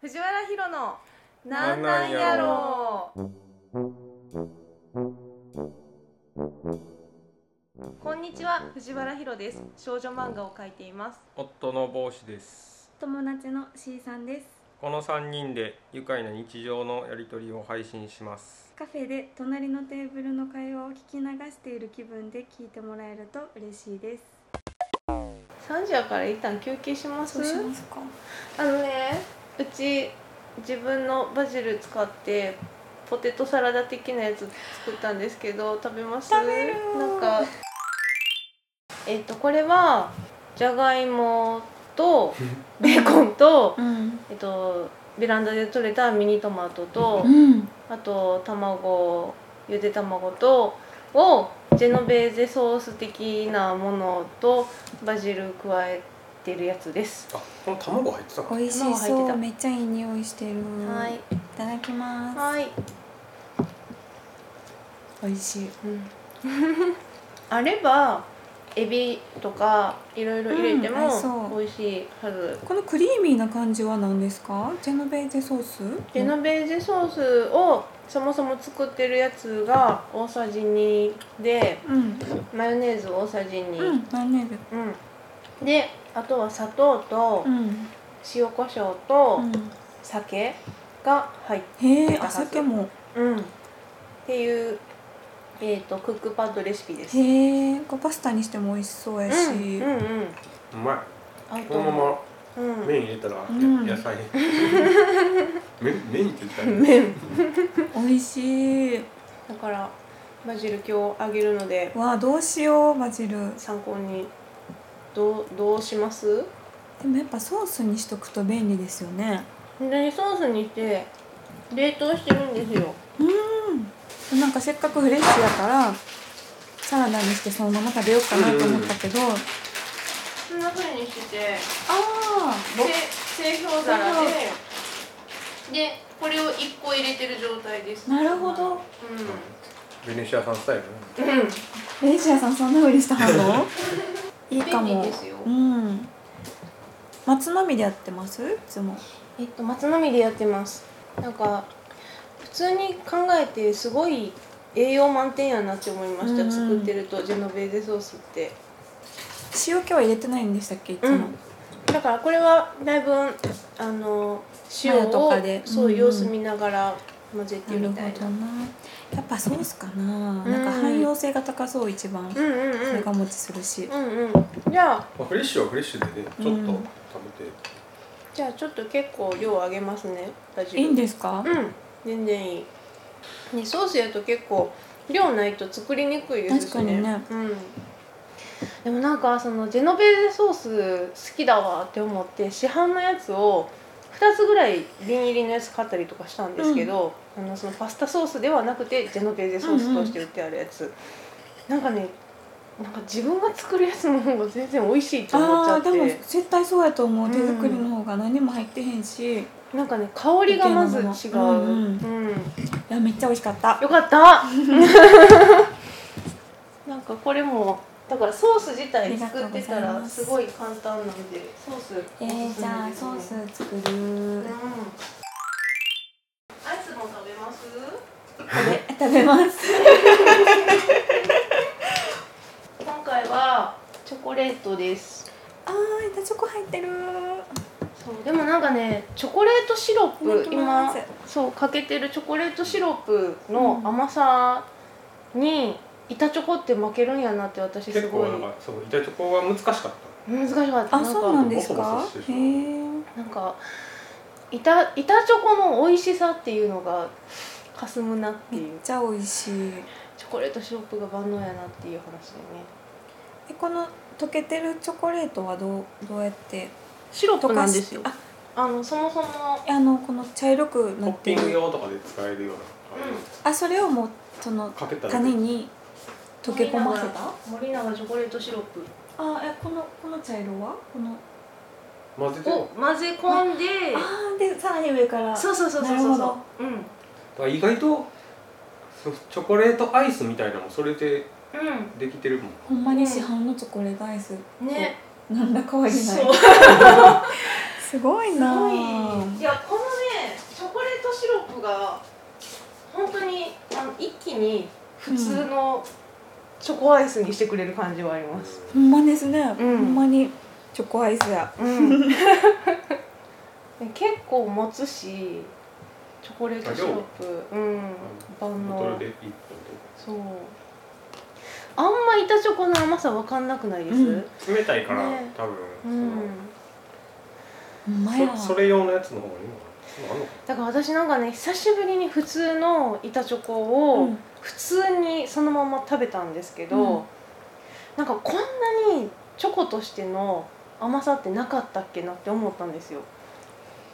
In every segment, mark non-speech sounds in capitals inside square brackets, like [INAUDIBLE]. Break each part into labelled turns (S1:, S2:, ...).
S1: 藤原ヒロのなんなんやろうこんにちは藤原ヒロです少女漫画を描いています
S2: 夫の帽子です
S3: 友達の C さんです
S2: この3人で愉快な日常のやり取りを配信します
S3: カフェで隣のテーブルの会話を聞き流している気分で聞いてもらえると嬉しいです
S1: 3時やから一旦休憩します
S3: すか
S1: あのねうち自分のバジル使ってポテトサラダ的なやつ作ったんですけど食べます
S3: 食べる
S1: なんかえっ、とこれはじゃがいも [LAUGHS] とベーコンと
S3: うん
S1: えっとベランダで採れたミニトマトと
S3: ん
S1: あと卵ゆで卵とをジェノベーゼソース的なものとバジル加えてるやつです。
S2: あ、この卵入ってた
S3: 美味し
S1: 卵入っ
S3: そ
S1: てた
S3: うめっちゃいい匂いしてる
S1: はい
S3: いただきます
S1: はい。
S3: 美味しい
S1: [LAUGHS] あればエビとかいろいろ入れて
S3: うん合いそ
S1: も
S3: う
S1: 美味しいはず、
S3: このクリーミーな感じは何ですかジェノベーゼソース
S1: ジェノベーゼソースをそもそも作ってるやつが大さじ2で
S3: うん
S1: マヨネーズ大さじ2、
S3: うんマヨネーズ
S1: うんであとは砂糖と
S3: ん
S1: 塩コショウと
S3: うん
S1: 酒が入って
S3: へえあ酒も
S1: うん、っていう、えー、とクックパッドレシピです。
S3: へえパスタにしても美味しそうやし、
S1: うんうんうん
S2: うま
S1: 合う
S2: い
S1: と
S2: この
S1: 思う
S2: ま
S1: うん
S2: ま麺入れたら、
S3: ん
S2: 野菜 [LAUGHS] 麺、麺って言ったら
S1: 麺
S3: 美味しい
S1: だからバジル今日あげるので
S3: わあどうしようバジル
S1: 参考にどうどうします
S3: でもやっぱソースにしとくと便利ですよね
S1: でソースにして冷凍してるんですよ
S3: うんなんかせっかくフレッシュやからサラダにしてそのまま食べようかなと思ったけど、あ
S1: そんな風にしてて
S3: あ
S1: 製氷皿ででこれを1個入れてる状態です
S3: なるほど
S2: ベネシアさんスタイルね
S1: うん、うん、
S3: ベネシアさんそんな風にした
S1: [LAUGHS]
S3: 反応いいか
S1: 便利
S3: も
S1: ですよ
S3: うん松の実でやってますいつも
S1: えっと松の実でやってますなんか普通に考えてすごい栄養満点やなって思いました、
S3: うんうん
S1: 作ってるとジェノベーゼソースって
S3: 塩気は入れてないんでしたっけいつも、
S1: うんだからこれはだいぶあの
S3: マ
S1: 塩
S3: ヨと
S1: を
S3: かで
S1: そううん
S3: うん
S1: 様子見ながら混ぜて
S3: なる
S1: み
S3: ほ
S1: たいな
S3: どなやっぱソースかな、
S1: うん
S3: なんか汎用性が高そう一番、
S1: うんうんうん
S3: 長持ちするし、
S1: うんうんじゃあ
S2: まあフレッシュはフレッシュでね、ちょっと
S3: うん
S2: 食べて、
S1: じゃあちょっと結構量あげますねバジル
S3: いいんですか、
S1: うん全然いい、ね、ソースやと結構量ないと作りにくいですし
S3: 確かにね
S1: うん、でもなんかそのジェノベーゼソース好きだわって思って市販のやつを2つぐらい瓶入りのやつ買ったりとかしたんですけど、あのそのパスタソースではなくてジェノベーゼソースとして売ってあるやつ、なんかねなんか自分が作るやつの方が全然美味しいと思っちゃ
S3: あ
S1: っ
S3: ーでも
S1: て
S3: 絶対そうやと思う、
S1: うん
S3: 手作りの方が何も入ってへんしい
S1: なんかね香りがまず違う、
S3: うん
S1: うん、
S3: やめっちゃ美味しかった
S1: よかった
S3: [LAUGHS]
S1: なんかこれもだからソース自体作ってた
S3: ありがとうござい
S1: ら
S3: ます
S1: すごい簡単なのでソース
S3: えー、じゃあソース作る
S1: うんアイスも食べます
S3: 食べます
S1: 今回はチョコレートです
S3: あー板チョコ入ってる
S1: そうでもなんかねチョコレートシロ
S3: いただ
S1: ップ
S3: きま
S1: 今
S3: す
S1: そうかけてるチョコレートシロップの甘さに板チョコって負けるんやなって私す
S2: 結
S1: ご
S2: 構
S1: い
S2: なんか、そう、板チョコは難しかった
S1: 難しかった
S3: あそうなんです
S2: ボソボ
S3: か
S2: ソして
S3: へ
S2: る
S3: え
S1: なんか板板チョコの美味しさっていうのがかすむなって
S3: めっ
S1: いう
S3: ちゃ美味しい
S1: チョコレートシロップが万能やなっていう話だよね
S3: えこの溶けてるチョコレートはどうどうやって
S1: シロップ
S3: 溶か
S1: なん
S3: し
S1: ですよ
S3: あ
S1: あのそもそも
S3: あのこの茶色く
S2: ポ
S3: な
S2: ッ
S3: って
S2: ピング
S3: る
S2: 用とかで使えるような
S3: あそれをもうその
S2: かけたら
S3: 種に溶け込ませた
S1: 森永チョコレートシロップ
S3: あえこのこの茶色はこの
S2: 混ぜて
S1: を混ぜ込んで
S3: あーでさらに上から
S1: そうそうそうそう
S3: なる
S1: そう
S3: ほ
S1: そ
S3: ど
S1: ううん
S2: だから意外とそチョコレートアイスみたいなのもそれでできてるもん
S3: ほんまに市販のチョコレートアイス
S1: うんね
S3: なんだかわいいな
S1: そう
S3: すごい
S1: す
S3: な
S1: ご
S3: あ
S1: いいやこのねが本当にあの一気に普通のチョコアイスにしてくれる感じはあります。
S3: ほんまですね、
S1: うん
S3: ほんまにチョコアイスや
S1: うん、 [LAUGHS] で結構持つしチョコレートシロップ、うん、万
S2: ボトル
S1: 能
S2: で一本と
S1: そうあんま板チョコの甘さ分かんなくないです、
S3: うん
S2: か冷たいから、
S1: ね
S2: 多分
S1: う
S2: そ
S1: ん
S2: の
S3: ほんまや
S2: そそれ用のやつの方がいいのかなそうなのか
S1: だから私なんかね久しぶりに普通の板チョコ
S3: う
S1: を
S3: ん
S1: 普通にそのまま食べたんですけど、
S3: うん
S1: なんかこんなにチョコとしての甘さってなかったっけなって思ったんですよ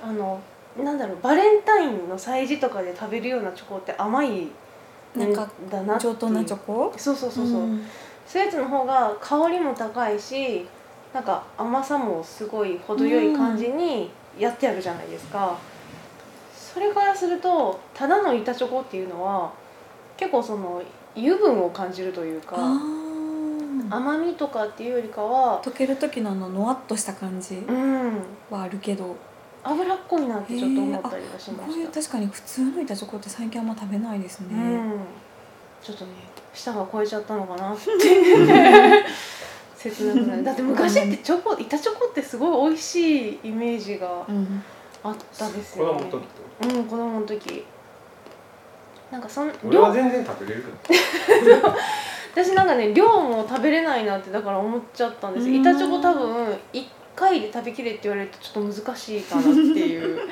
S1: あのなんだろうバレンタインの催事とかで食べるようなチョコって甘い
S3: なんか
S1: だなっていう
S3: 上等なチョコ
S1: そうそうそうそう、
S3: ん
S1: そういうやつの方が香りも高いしなんか甘さもすごい程よい感じにやってあるじゃないですか、それからするとただの板チョコっていうのは結構その油分を感じるというか
S3: あー
S1: 甘みとかっていうよりかは
S3: 溶ける時のあののわっとした感じ
S1: うん
S3: はあるけど
S1: 脂っこいなってちょっと思ったりはしま
S3: こういう
S1: した、
S3: 確かに普通の板チョコって最近あんま食べないですね、
S1: うんちょっとね舌が超えちゃったのかなって
S2: [LAUGHS]
S1: 切なくなるだって昔ってチョコ板チョコってすごい美味しいイメージが
S3: うん
S1: あったです
S2: 子
S1: よ、ね、
S2: 供の時ってこ
S1: うん子供の時なんかそん
S2: と俺
S1: 量
S2: は全然食べれるけど
S1: 私なんかね量も食べれないなってだから思っちゃったんです
S3: うん
S1: 板チョコ多分1回で食べきれって言われるとちょっと難しいかなっていう
S2: [LAUGHS]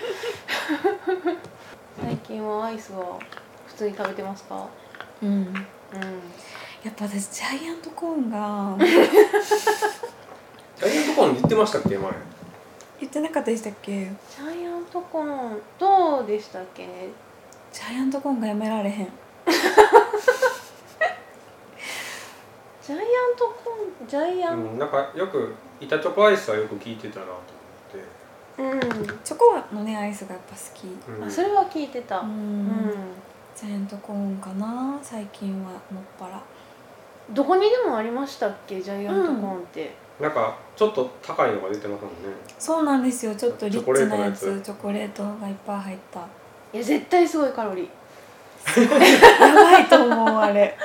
S1: 最近はアイスは普通に食べてますか
S3: うん、
S1: う
S3: やっぱ私ジャイアントコー
S1: [LAUGHS]
S3: ンが
S2: ジャイアントコーン言ってましたっけ前
S3: 言ってなかったでしたっけ
S1: んジャイアントコーンどうでしたっけね
S3: ジャイアントコーンがやめられへん
S1: ジャイアントコーンジャイアン
S2: うん、なんかよく板チョコアイスはよく聞いてたなと思っ
S1: う、
S3: チョコのねアイスがやっぱ好き
S2: て、うんん
S1: あそれは聞いてた
S3: う、
S1: うんん
S3: ジャイアントコーンかな最近はもっぱら
S1: どこにでもありましたっけジャイアントコーンって
S2: なんかちょっと高いのが出てますもんね
S3: そうなんですよちょっとリ
S2: チョコ
S3: ッ
S2: レ
S3: チ
S2: ート
S3: な
S2: の
S3: や
S2: やつ
S3: つチョコレートがいっぱい入った
S1: いや絶対すごいカロリー
S3: やばいと思うあれ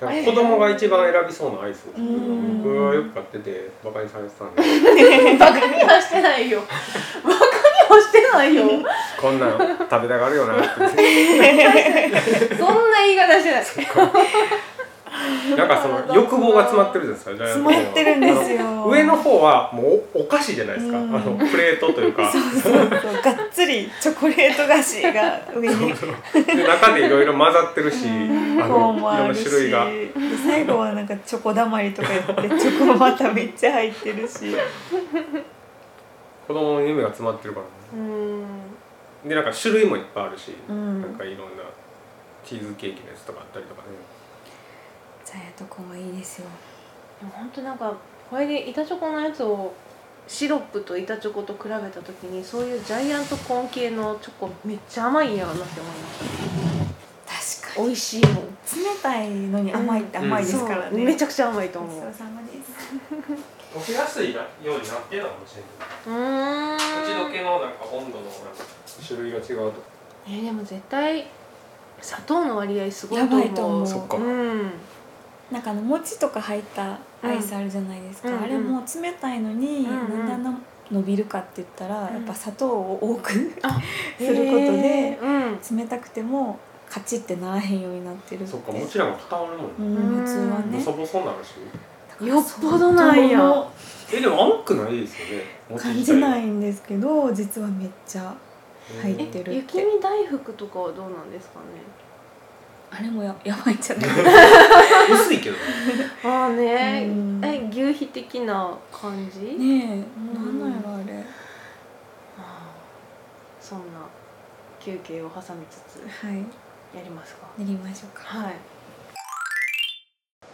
S2: なんか子供が一番選びそうなアイス、
S3: ん
S2: 僕はよく買っててバカにされてたんで [LAUGHS]
S1: [LAUGHS] バカにはしてないよ。バカにはしてないよ。
S2: こんなん食べたがるよなって
S1: そん
S3: [LAUGHS]
S1: な言い方してない。
S2: なんかその欲望が詰まってるじゃないですかジャイアン
S3: 詰
S2: トコーンは
S3: まってるんですよ
S2: 上の方はもうおお菓子じゃないですか、
S3: うん
S2: あのプレートというか
S3: [LAUGHS] そうそうそうがっつりチョコレート菓子が上に
S2: で中でいろいろ混ざってる
S3: [LAUGHS]
S2: し、あ
S3: コー
S2: の
S3: ン
S2: い
S3: もあ
S2: ろん
S3: る
S2: な
S3: し
S2: 種類が
S3: で最後はなんかチョコだまりとか言ってチョコもまためっちゃ入ってるし
S2: 子供の夢が詰まってるから、ね、
S1: うん。
S2: でなんか種類もいっぱいあるし、
S3: うん
S2: なんかいろんなチーズケーキのやつとかあったりとかね
S3: ジャイアントコーンはいいですよ
S1: 本当なんかこれで板チョコのやつをシロップと板チョコと比べたときにそういうジャイアントコーン系のチョコめっちゃ甘いんやろなって思いました。
S3: 確かに
S1: 美味しいもん。
S3: 冷たいのに甘いって甘いですからね、
S1: そうめちゃくちゃ甘いと
S3: ご
S1: 思
S3: ち
S1: う。
S3: そうさまです
S2: 溶けやすいようになってるのかもしれな
S1: うーん。
S2: のなんか温度の種類が違うと
S1: えーでも絶対砂糖の割合すごい
S3: や
S1: と
S3: ば
S1: 思う。
S3: いと思う
S2: そっか
S1: うん。
S3: なんかあの餅とか入ったアイスあるじゃないですか、
S1: うんうん
S3: あれも冷たいのに
S1: うんうん
S3: なんであんな伸びるかって言ったら、
S1: うん
S3: やっぱ砂糖を多く
S1: あ
S3: [LAUGHS] すること
S1: え
S3: で
S1: ーうん。
S3: 冷たくてもカチってならへんようになってる
S2: そっかもちろん固まるもん
S3: う
S2: ね
S3: ん普通は
S1: うん
S2: ボ
S3: ね
S2: ソボソになるし
S1: よっぽどなんや
S2: えでも甘くないですよね餅
S3: 感
S2: 自
S3: じ
S2: 体
S3: ないんですけど実はめっちゃ入って
S1: え
S3: るって
S1: 雪見大福とかはどうなんですかね
S3: あれもややばいんじゃない
S2: 薄いけど
S3: [LAUGHS]
S2: ね
S1: ああね
S3: うん
S1: え牛皮的な感じ、
S3: ねえなんなんやろあれ
S1: あーそんな休憩を挟みつつ
S3: はい
S1: やりますか
S3: 練りましょうか
S1: はい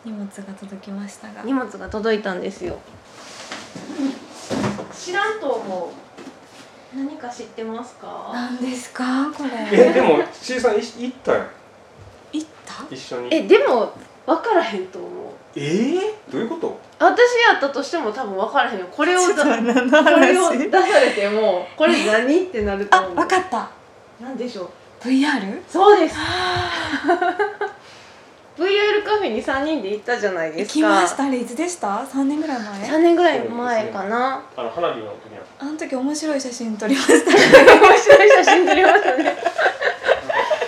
S3: 荷物が届きましたが
S1: 荷物が届いたんですよ知らんと思う何か知ってますか
S3: 何ですかこれ
S2: えでもちいさんい行ったやん
S3: いった
S2: 一緒に
S1: えでも分からへんと思う
S2: えーどういうこと
S1: 私やったとしても多分分からへんよこれを
S3: ちょっと
S1: だ
S3: 何の
S1: これを
S3: 話
S1: 出されてもこれ何ってなると
S3: あ
S1: 思う
S3: 分かった
S1: なんでしょう
S3: VR?
S1: そうです VR カフェに3人で行ったじゃないで
S3: 行
S1: すか
S3: きましたあれいつでした3年ぐらい前
S1: 3年ぐらい前かな、
S2: あの花火の時に
S3: あの時面白い写真撮りました
S1: [LAUGHS]
S3: ね
S1: 面白い写真撮りましたね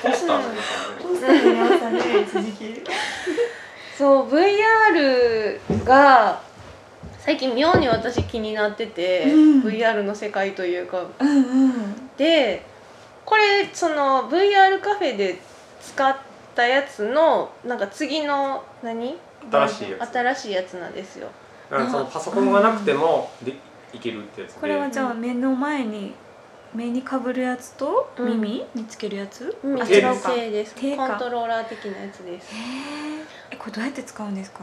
S2: ポスターのですよね、
S3: 撮りましたね一時期
S1: そう VR が最近妙に私気になってて、
S3: うん
S1: VR の世界というか
S3: うんうん
S1: でこれその VR カフェで使ったやつのなんか次の何
S2: 新しいやつ
S1: 新しいやつなんですよ
S2: だからそのパソコンがなくてもでいけるってやつで
S3: これはじゃあ目の前に目にかぶるやつと
S1: うん
S3: 耳につけるやつ、あ
S1: 耳
S3: 違
S2: 手
S3: うか
S1: 製です
S3: 手か
S1: コントローラー的なやつです
S3: えこれどうやって使うんですか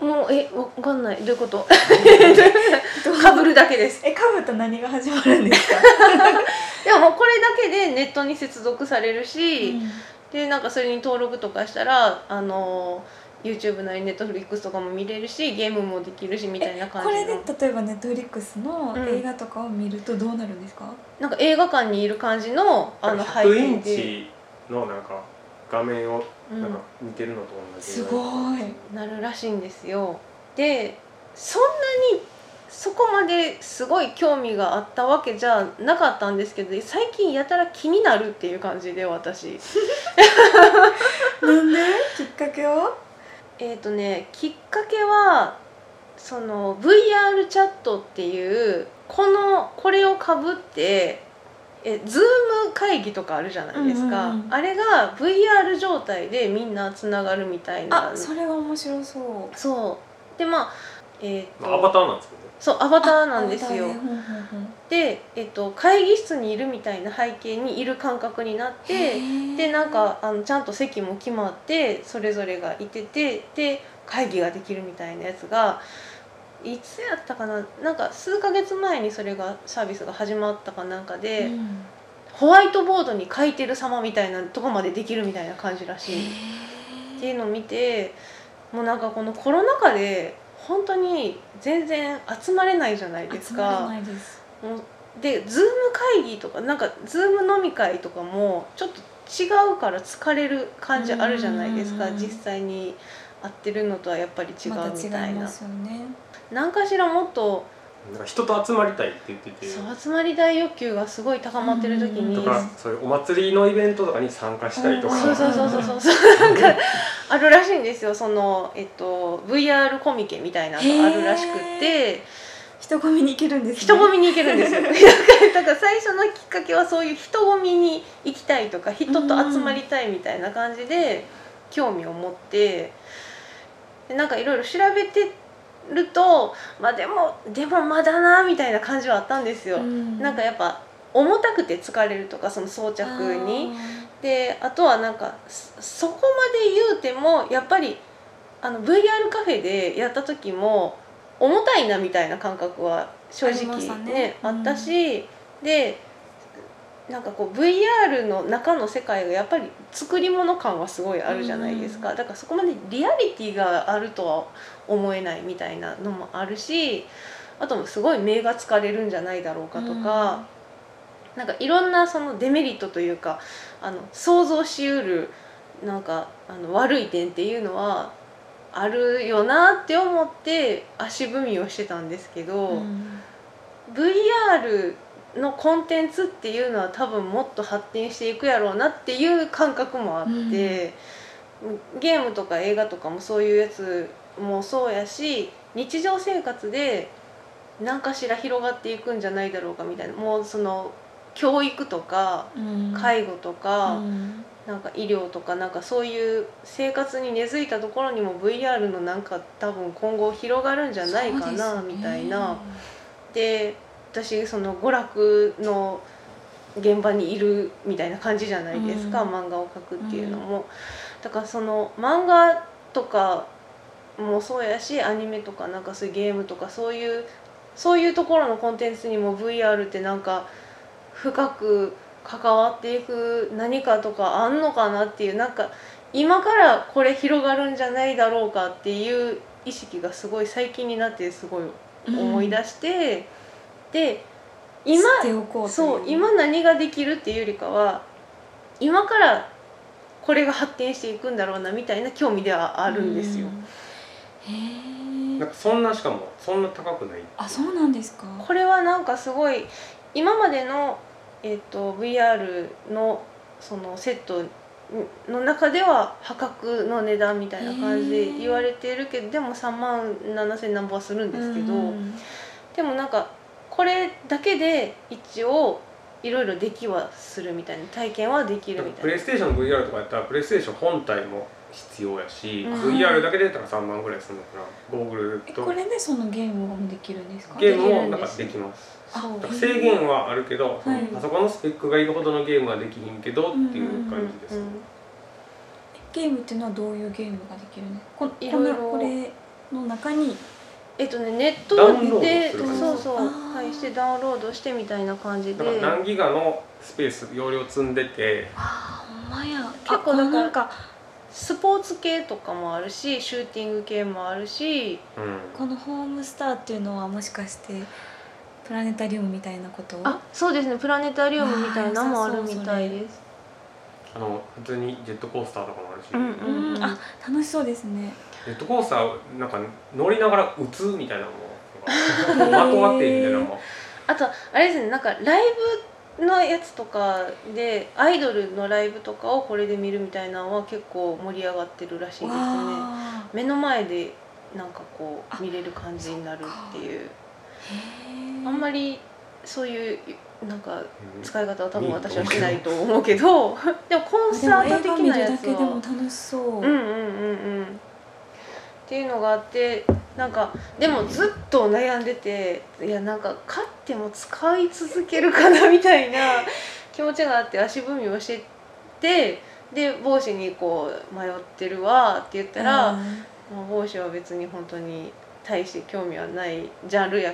S1: もうえわかんないどういうことかぶるだけです
S3: えかぶと何が始まる
S1: [LAUGHS]
S3: んですか、
S1: でももうこれだけでネットに接続されるし、でなんかそれに登録とかしたらあの YouTube なり Netflix とかも見れるしゲームもできるしみたいな感
S3: こ
S1: じ
S3: れ
S1: の
S3: で例えばネットフリックスの映画とかを見るとどうなるんですか、
S1: なんか映画館にいる感じのあの背
S2: 100イ
S1: 景
S2: ン
S1: で、
S2: チのなんか画面を
S1: う
S2: なん
S1: ん
S2: か、似てるのと同じ、
S3: すごい
S1: なるらしいんですよでそんなにそこまですごい興味があったわけじゃなかったんですけど最近やたら気になるっていう感じで私
S3: なんできっかけは
S1: えっ、とねきっかけはその VR チャットっていうこのこれをかぶってえ Zoom 会議とかあるじゃないですか、
S3: うんうんうん
S1: あれが VR 状態でみんなつながるみたいな
S3: あそれは面白そう
S1: そうでまあえっ、
S2: まあアバ
S1: と
S2: ターなんですけどね
S1: そうアバターなんです
S3: あ
S1: よ
S3: アバターねほんほんほん
S1: で、えっと会議室にいるみたいな背景にいる感覚になって
S3: へー
S1: でなんかあのちゃんと席も決まってそれぞれがいててで会議ができるみたいなやつがいつやったかななんか数ヶ月前にそれがサービスが始まったかなんかで、
S3: うん
S1: ホワイトボードに書いてる様みたいなとこまでできるみたいな感じらしい。っていうのを見てもうなんかこのコロナ禍で本当に全然集まれないじゃないです
S3: 集まら
S1: か。
S3: ないです
S1: もうで Zoom 会議とかなんか Zoom 飲み会とかもちょっと違うから疲れる感じあるじゃないですか
S3: うん
S1: 実際に会ってるのとはやっぱり違う
S3: ま
S1: み
S3: た
S1: た
S3: 違い
S1: いな、
S3: ますよね
S1: 何かしらもっと
S2: なんか人と集まりたいって言ってて
S1: そう集まり大欲求がすごい高まってる時に
S2: と
S3: うん
S2: かそういうお祭りのイベントとかに参加したりとか
S1: そうそうそうそうそうそうなんかあるらしいんですよその、えっと、VR コミケみたいなのがあるらしくって
S3: 人混みに行けるんです、ね、
S1: 人混みに行けるん [LAUGHS] ですよだからだから最初のきっかけはそういう人混みに行きたいとか人と集まりたいみたいな感じで興味を持ってでなんかいろいろ調べてるとまあでもでもまだなみたいな感じはあったんですよ。
S3: うん
S1: なんかやっぱ重たくて疲れるとかその装着に
S3: あ
S1: であとはなんかそそこまで言うてもやっぱりあの VR カフェでやった時も重たいなみたいな感覚は正
S3: あり
S1: 直
S3: ました
S1: ね
S3: ね
S1: あ
S3: うん
S1: ったし、でなんかこう VR の中の世界がやっぱり作り物感はすごいあるじゃないですか、だからそこまでリアリティがあるとは思えないみたいなのもあるしあともすごい目が疲れるんじゃないだろうかとか。なんかいろんなそのデメリットというかあの想像しうるなんかあの悪い点っていうのはあるよなって思って足踏みをしてたんですけど、
S3: ーうん
S1: VR のコンテンツっていうのは多分もっと発展していくやろうなっていう感覚もあって、ゲームとか映画とかもそういうやつもそうやし日常生活で何かしら広がっていくんじゃないだろうかみたいなもうその教育とか
S3: うん
S1: 介護とか、
S3: うん
S1: なんか医療とかなんかそういう生活に根付いたところにも VR のなんか多分今後広がるんじゃないかな、
S3: そうですね
S1: みたいな。で私その娯楽の現場にいるみたいな感じじゃないですか、
S3: うん
S1: 漫画を描くっていうのも、だからその漫画とかもそうやしアニメとかなんかそういうゲームとかそういうそういうところのコンテンツにも VR ってなんか深く関わっていく何かとかあんのかなっていうなんか今からこれ広がるんじゃないだろうかっていう意識がすごい最近になってすごい思い出して、で
S3: うん
S1: 今
S3: 知っておこうとい
S1: そう今何ができるっていうよりかは今からこれが発展していくんだろうなみたいな興味ではあるんですよ、
S3: へ
S2: な
S3: え
S2: んかそんなしかもそんな高くない
S3: あそうなんですか
S1: これはなんかすごい今までの、えっと VR のそのセットの中では破格の値段みたいな感じで言われてるけどでも3万7千何本はするんですけど、
S3: うん
S1: でもなんかこれだけで一応いろいろできはするみたいな体験はできるみた
S2: プ
S1: いな
S2: レイステーション VR とかやったらプレイステーション本体も必要やし、
S1: うん
S2: VR だけでやったら3万ぐらいするのかなゴーグ
S3: え
S2: ルと
S3: これでそのゲームもできるんですか
S2: ゲーム
S1: でき
S2: も
S1: るん
S2: な
S1: で
S2: ん
S1: す
S2: かできます
S3: あ
S1: そう
S2: だから制限はあるけど、その
S3: はい
S2: パソコンのスペックがいるほどのゲームはできひんけどっていう感じです、
S1: うん
S3: ゲームっていうのはどういうゲームができるんですかこ
S1: いろいろ
S3: このこれの中に
S1: えっとねネットで
S2: ダウンロードする感じ
S1: そうそう
S3: あー
S1: はいしてダウンロードしてみたいな感じで
S2: だから何ギガのスペース容量積んでて
S3: あほんまや
S1: 結構だから
S3: なんか
S1: スポーツ系とかもあるしシューティング系もあるし
S2: う
S3: このホームスターっていうのはもしかしてプラネタリウムみたいなこと
S1: あそうですねプラネタリウムみたいなのもあるみたいです
S2: あの普通にジェットコースターとかもあるし、
S1: うん
S3: うんあ楽しそうですね
S2: ジェットコースターなんか乗りながら打つみたいなのもまとわってみたいなのも
S1: あとあれですねなんかライブのやつとかでアイドルのライブとかをこれで見るみたいなのは結構盛り上がってるらしいですね
S3: わ
S1: 目の前でなんかこ
S3: あ
S1: う見れる感じになるっていう
S3: ーへー
S1: あんまりそういうなんか
S2: うん
S1: 使い方は多分私はしないと思うけど [LAUGHS] でもコン
S3: でも
S1: サ
S3: 映
S1: ート
S3: 画
S1: 的
S3: 見
S1: な
S3: る
S1: や
S3: だ
S1: つ
S3: けでも
S1: は
S3: 楽しそう、
S1: うんうんうんうんっていうのがあってなんかでもずっと悩んでていやなんか買っても使い続けるかなみた
S3: [LAUGHS]
S1: いな気持ちがあって足踏みをしててで帽子にこう迷ってるわって言ったら、
S3: うん
S1: まあ、帽子は別に本当に大して興味はないジャンルや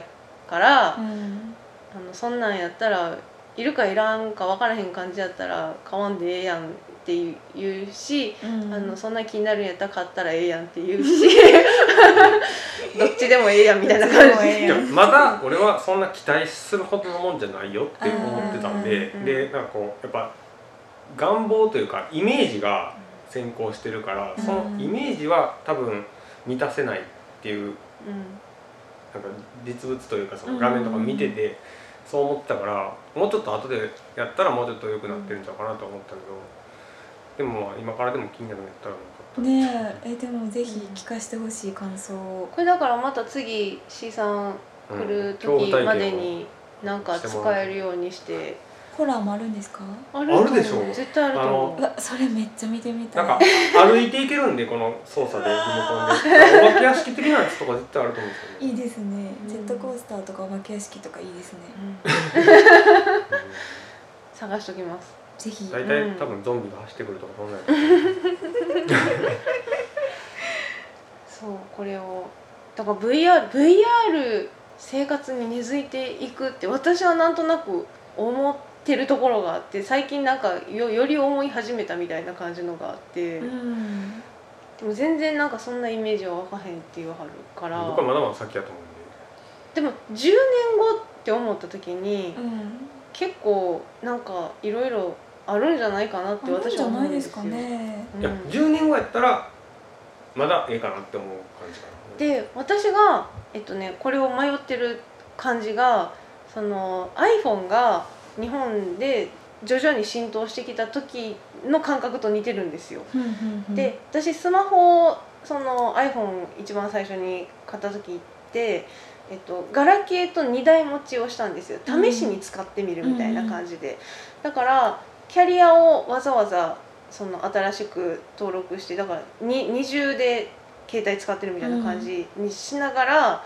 S1: から、
S3: うん
S1: あのそんなんやったらいるかいらんか分からへん感じやったら買わんでええやんって言うし、
S3: うん
S1: あのそんな気になるんやったら買ったらええやんって言う [LAUGHS] しどっちでもええやんみたいな感
S3: どっちでもええ
S1: じ
S2: いやまだ俺はそんな期待するほどのもんじゃないよって思ってたんで
S1: うんうんうん
S2: でなんかこうやっぱ願望というかイメージが先行してるからそのイメージは多分満たせないっていう
S1: う
S2: なんか実物というかその画面とか見ててそう思ってたからもうちょっと後でやったらもうちょっと良くなってるんちゃうかなと思ったけどでもまあ今からでも気になるんやったらよかっ
S1: [LAUGHS]
S2: たです
S3: ねええでもぜひ聞かせてほしい感想を
S1: ん、これだからまた次 C さん
S2: うん
S1: 来る
S2: 共
S1: 時
S2: 同体験を
S1: までになんか使えるようにして
S3: ホラーもあるんですか
S1: あ
S2: る
S1: と思う
S2: あるでしょ
S1: 絶対あると思
S3: う
S1: う
S3: わそれめっちゃ見てみた
S2: ないんか歩いていけるんでこの操作でリモコンでお化け屋敷的なやつとか絶対あると思うんですよね
S3: いいですね
S1: うん
S3: ジェットコースターとかお化け屋敷とかいいですね
S1: うん探しときます
S3: ぜひ
S2: 大
S1: う
S2: 体
S1: ん
S2: 多分ゾンビが走ってくるとかそんなんや
S1: そうこれをだから VR, VR 生活に根付いていくって私はなんとなく思ってるところがあって最近なんかよより思い始めたみたいな感じのがあって、
S3: うん
S1: でも全然なんかそんなイメージはわかへんって言わはるから
S2: 僕はまだまだ先やと思うん
S1: で
S2: で
S1: も10年後って思った時に、
S3: うん
S1: 結構なんかいろいろあるんじゃないかなって
S3: あるん
S1: 私
S3: じ
S1: は
S3: ゃ
S1: 思
S3: な
S1: う
S3: い
S1: ん
S3: で
S1: ですす
S3: か
S1: よ。
S3: ね
S1: うん
S2: いや10年後やったらまだええかなって思う感じかな
S1: で私が、えっとね、これを迷ってる感じがその iPhone が日本で徐々に浸透してきた時の感覚と似てるんですよ。
S3: うんうんうん
S1: で私スマホをその iPhone 一番最初に買った時って、えっと、ガラケーと2台持ちをしたんですよ試しに使ってみるみたいな感じで、だからキャリアをわざわざその新しく登録してだからに二重で携帯使ってるみたいな感じにしながら、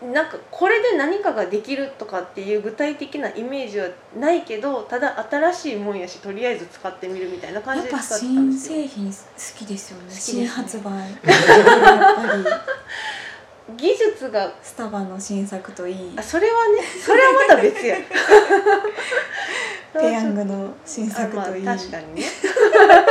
S1: なんかこれで何かができるとかっていう具体的なイメージはないけどただ新しいもんやしとりあえず使ってみるみたいな感
S3: やっ
S1: じで使
S3: ぱ
S1: ってたん
S3: 新
S1: ですよ。
S3: 製品好きですよね
S1: 好きですね
S3: 新発
S1: [LAUGHS]
S3: 売やっぱ
S1: 技術が
S3: りスタバの新作といい
S1: あそれはねそれはまた別や
S3: ペヤングの新作
S1: あまあ
S3: といい
S1: 確かにね [LAUGHS]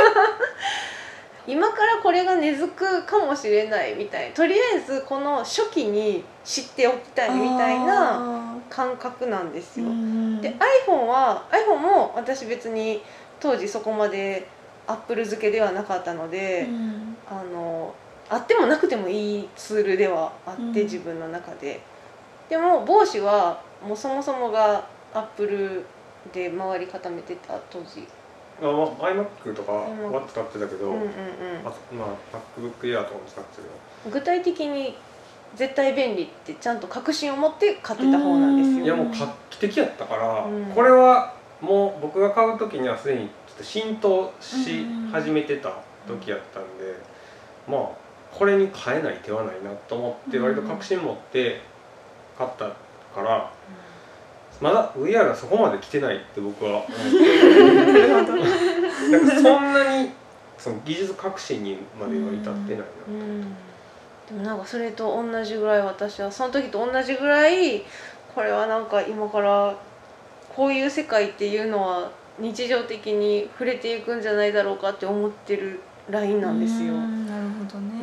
S1: 今からこれが根付くかもしれないみたいとりあえずこの初期に知っておきたいみたいな
S3: あ
S1: 感覚なんです
S3: ー
S1: よ。
S3: うん
S1: で iPhone は iPhone も私別に当時そこまでアップル付けではなかったので、 [LAUGHS]
S3: うん
S1: あのあってもなくてもいいツールではあって、
S3: うん
S1: 自分の中ででも帽子はもうそもそもがアップルで回り固めてた当時
S2: あまあ iMac とか
S1: うん
S2: は使ってたけど、
S1: うんうんう
S2: あとまあ MacBook Air とかも使ってたけど
S1: ん具体的に絶対便利ってちゃんと確信を持って買ってた方なんですよ
S2: いやもう画期的やったから、
S1: うん
S2: これはもう僕が買う時にはすでにちょっと浸透し始めてた時やったんで、まあこれに変えない手はないなと思って
S3: うん
S2: 割と確信持って買ったから、まだ VR がそこまで来てないって僕は思
S3: [LAUGHS]
S2: って
S3: なるほど
S2: るなんかそんなにその技術革新にまでは至ってないな、
S1: うんでもなんかそれと同じぐらい私はその時と同じぐらいこれはなんか今からこういう世界っていうのは日常的に触れていくんじゃないだろうかって思ってるラインなんですよ。
S3: う
S1: うん
S3: んなるほどね、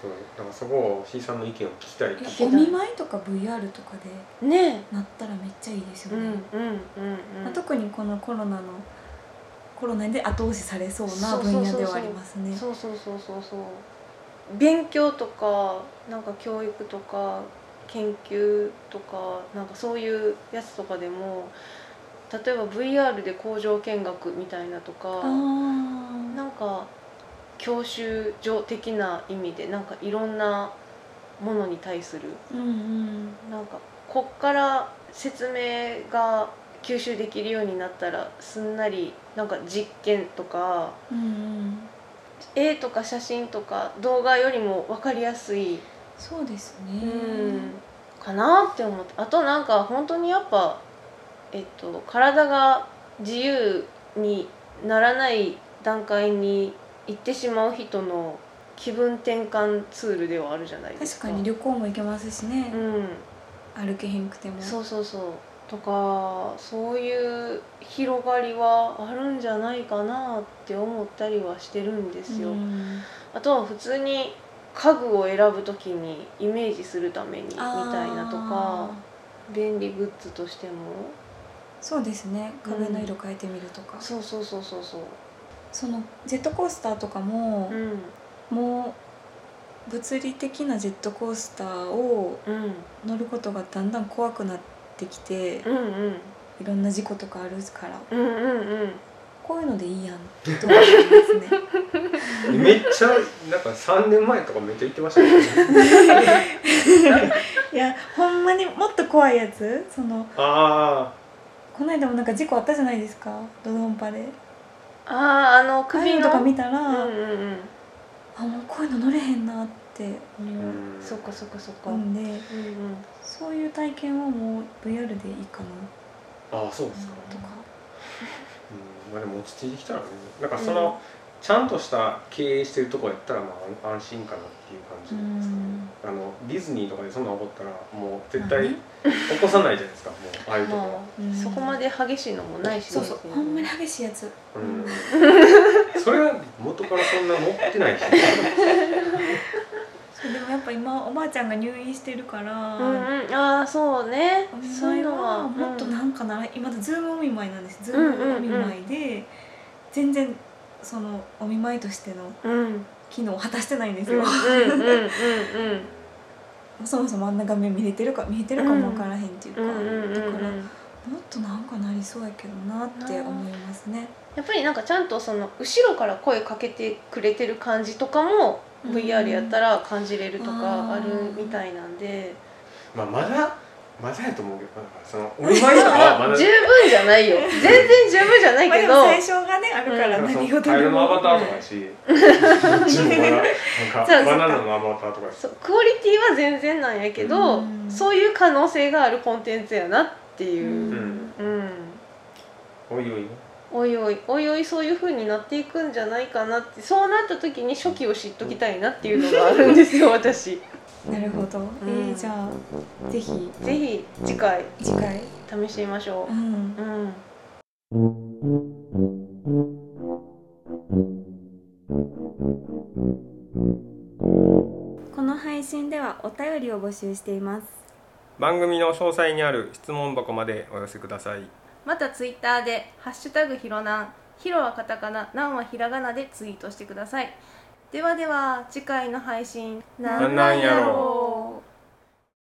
S2: そうなんかそこを C さんの意見を聞きたいって
S1: 聞きたい
S3: お見舞いとか VR とかで
S1: ね
S3: なったらめっちゃいいです
S1: え、
S3: よ
S1: うん
S3: ね、
S1: うんうんうん
S3: まあ、特にこのコロナのコロナで後押しされそうな分野ではありますね
S1: そうそうそうそうそう勉強とかなんか教育とか研究とかなんかそういうやつとかでも例えば VR で工場見学みたいなとか
S3: あー
S1: なんか教習所的な意味でなんかいろんなものに対する
S3: うんうん
S1: なんかこっから説明が吸収できるようになったらすんなりなんか実験とか
S3: うんうん
S1: 絵とか写真とか動画よりも分かりやすい、
S3: そうですね
S1: かなって思ってあとなんか本当にやっぱ、えっと、体が自由にならない段階に行ってしまう人の気分転換ツールではあるじゃないです
S3: 確
S1: か。
S3: かに旅行も行けますしね、
S1: うん、
S3: 歩けへんくても
S1: そうそうそうとかそういう広がりはあるんじゃないかなって思ったりはしてるんですよ。
S3: うん
S1: あとは普通に家具を選ぶときにイメージするためにみたい
S3: あー
S1: なとか便利グッズとしても
S3: そうですね壁の色変えてみるとか、
S1: そうそうそうそうそう
S3: そのジェットコースターとかも、
S1: うん
S3: もう物理的なジェットコースターを
S1: うん
S3: 乗ることがだんだん怖くなってきて、
S1: うんうん
S3: いろんな事故とかあるから
S1: うんうんうん
S3: こういうのでいいやんと思いますね
S1: [LAUGHS]
S2: めっちゃなんか3年前とかめっちゃ言ってましたね
S3: いやほんまにもっと怖いやつその
S2: あ
S3: この間もなんか事故あったじゃないですかドドンパで
S1: あああの
S3: 首
S1: 首
S3: と
S1: の
S3: か見た
S1: う
S3: ら、
S1: んうんうん
S3: あもうこういうの乗れへんなって
S2: あ、う
S3: 思
S2: ん
S1: そっかそっかそっか、
S3: う
S1: うん
S3: んで
S1: うん、
S3: そういう体験はもう VR でいいかな
S2: ああそうですか、
S3: とか
S2: うんまあ、でも落ち着いてきたらねなんかその、ちゃんとした経営してるとこやったらまあ安心かなっていう感じですかね、あのディズニーとかでそんなん起こったらもう絶対
S3: ま
S2: 起こさないじゃないですかもうああいうとこは
S1: ま、あ、
S3: うん
S1: そこまで激しいのもないし、
S3: そうそう
S1: 別に
S3: ほんまに激しいやつ
S2: うん、それは元からそんな持ってないし
S3: そうでもやっぱ今おばあちゃんが入院してるから、
S1: うんうんああそうね
S3: お
S1: そうい
S3: 見
S1: う
S3: 舞い
S1: のは
S3: はもっと
S1: うん
S3: なんかなら、今だズームお見舞いなんですズー
S1: うんうんうん
S3: ムお見舞いで、全然そのお見舞いとしての
S1: うん
S3: 機能を果たしてないんです
S1: うん
S3: よ、
S1: うんうんうんうん
S3: [LAUGHS] そもそもあんな画面見れてるか見れてるかもわからへんっていうか、
S1: うんうんうんう
S3: だからもっ
S1: ん
S3: となんかなりそうやけどなって思いますね
S1: やっぱりなんかちゃんとその後ろから声かけてくれてる感じとかも
S3: うん
S1: VR やったら感じれるとかあ
S3: あー
S1: るみたいなんで、
S2: まあまだまだやと思うけどだからそのお見舞いとかはまだ
S1: [LAUGHS] 十分じゃない
S3: [LAUGHS]
S1: よ全然十分じゃない
S3: まあで
S1: け
S3: も
S1: ど、
S3: 最初がねあるか
S2: な
S3: ら
S2: んかそ
S3: 何
S2: の
S3: 事
S2: カエ
S3: で
S2: ルのア
S3: も
S2: バターとかやしこっちもまだなんか
S1: そう
S2: バナナのアバターとかやし
S1: そうクオリティは全然なんやけど、
S3: うん
S1: そういう可能性があるコンテンツやなって
S3: う
S1: いう、
S3: ん
S1: うん
S2: おいおいね
S1: おいおいおいおいそういう風になっていくんじゃないかなってそうなった時に初期を知っときたいなっていうのがあるんですよ私。
S3: なるほど、え
S1: うん
S3: ー、じゃあぜひ
S1: ぜひ次回
S3: 次回、
S1: 試してみましょ
S3: う
S1: う。
S3: ん
S1: うん
S4: ではお便りを募集しています
S2: 番組の詳細にある質問箱までお寄せください
S1: またツイッターで「ハッシュタグひろなん」「ひろはカタカナ」「なん」はひらがなでツイートしてくださいではでは次回の配信
S2: なんなんやろう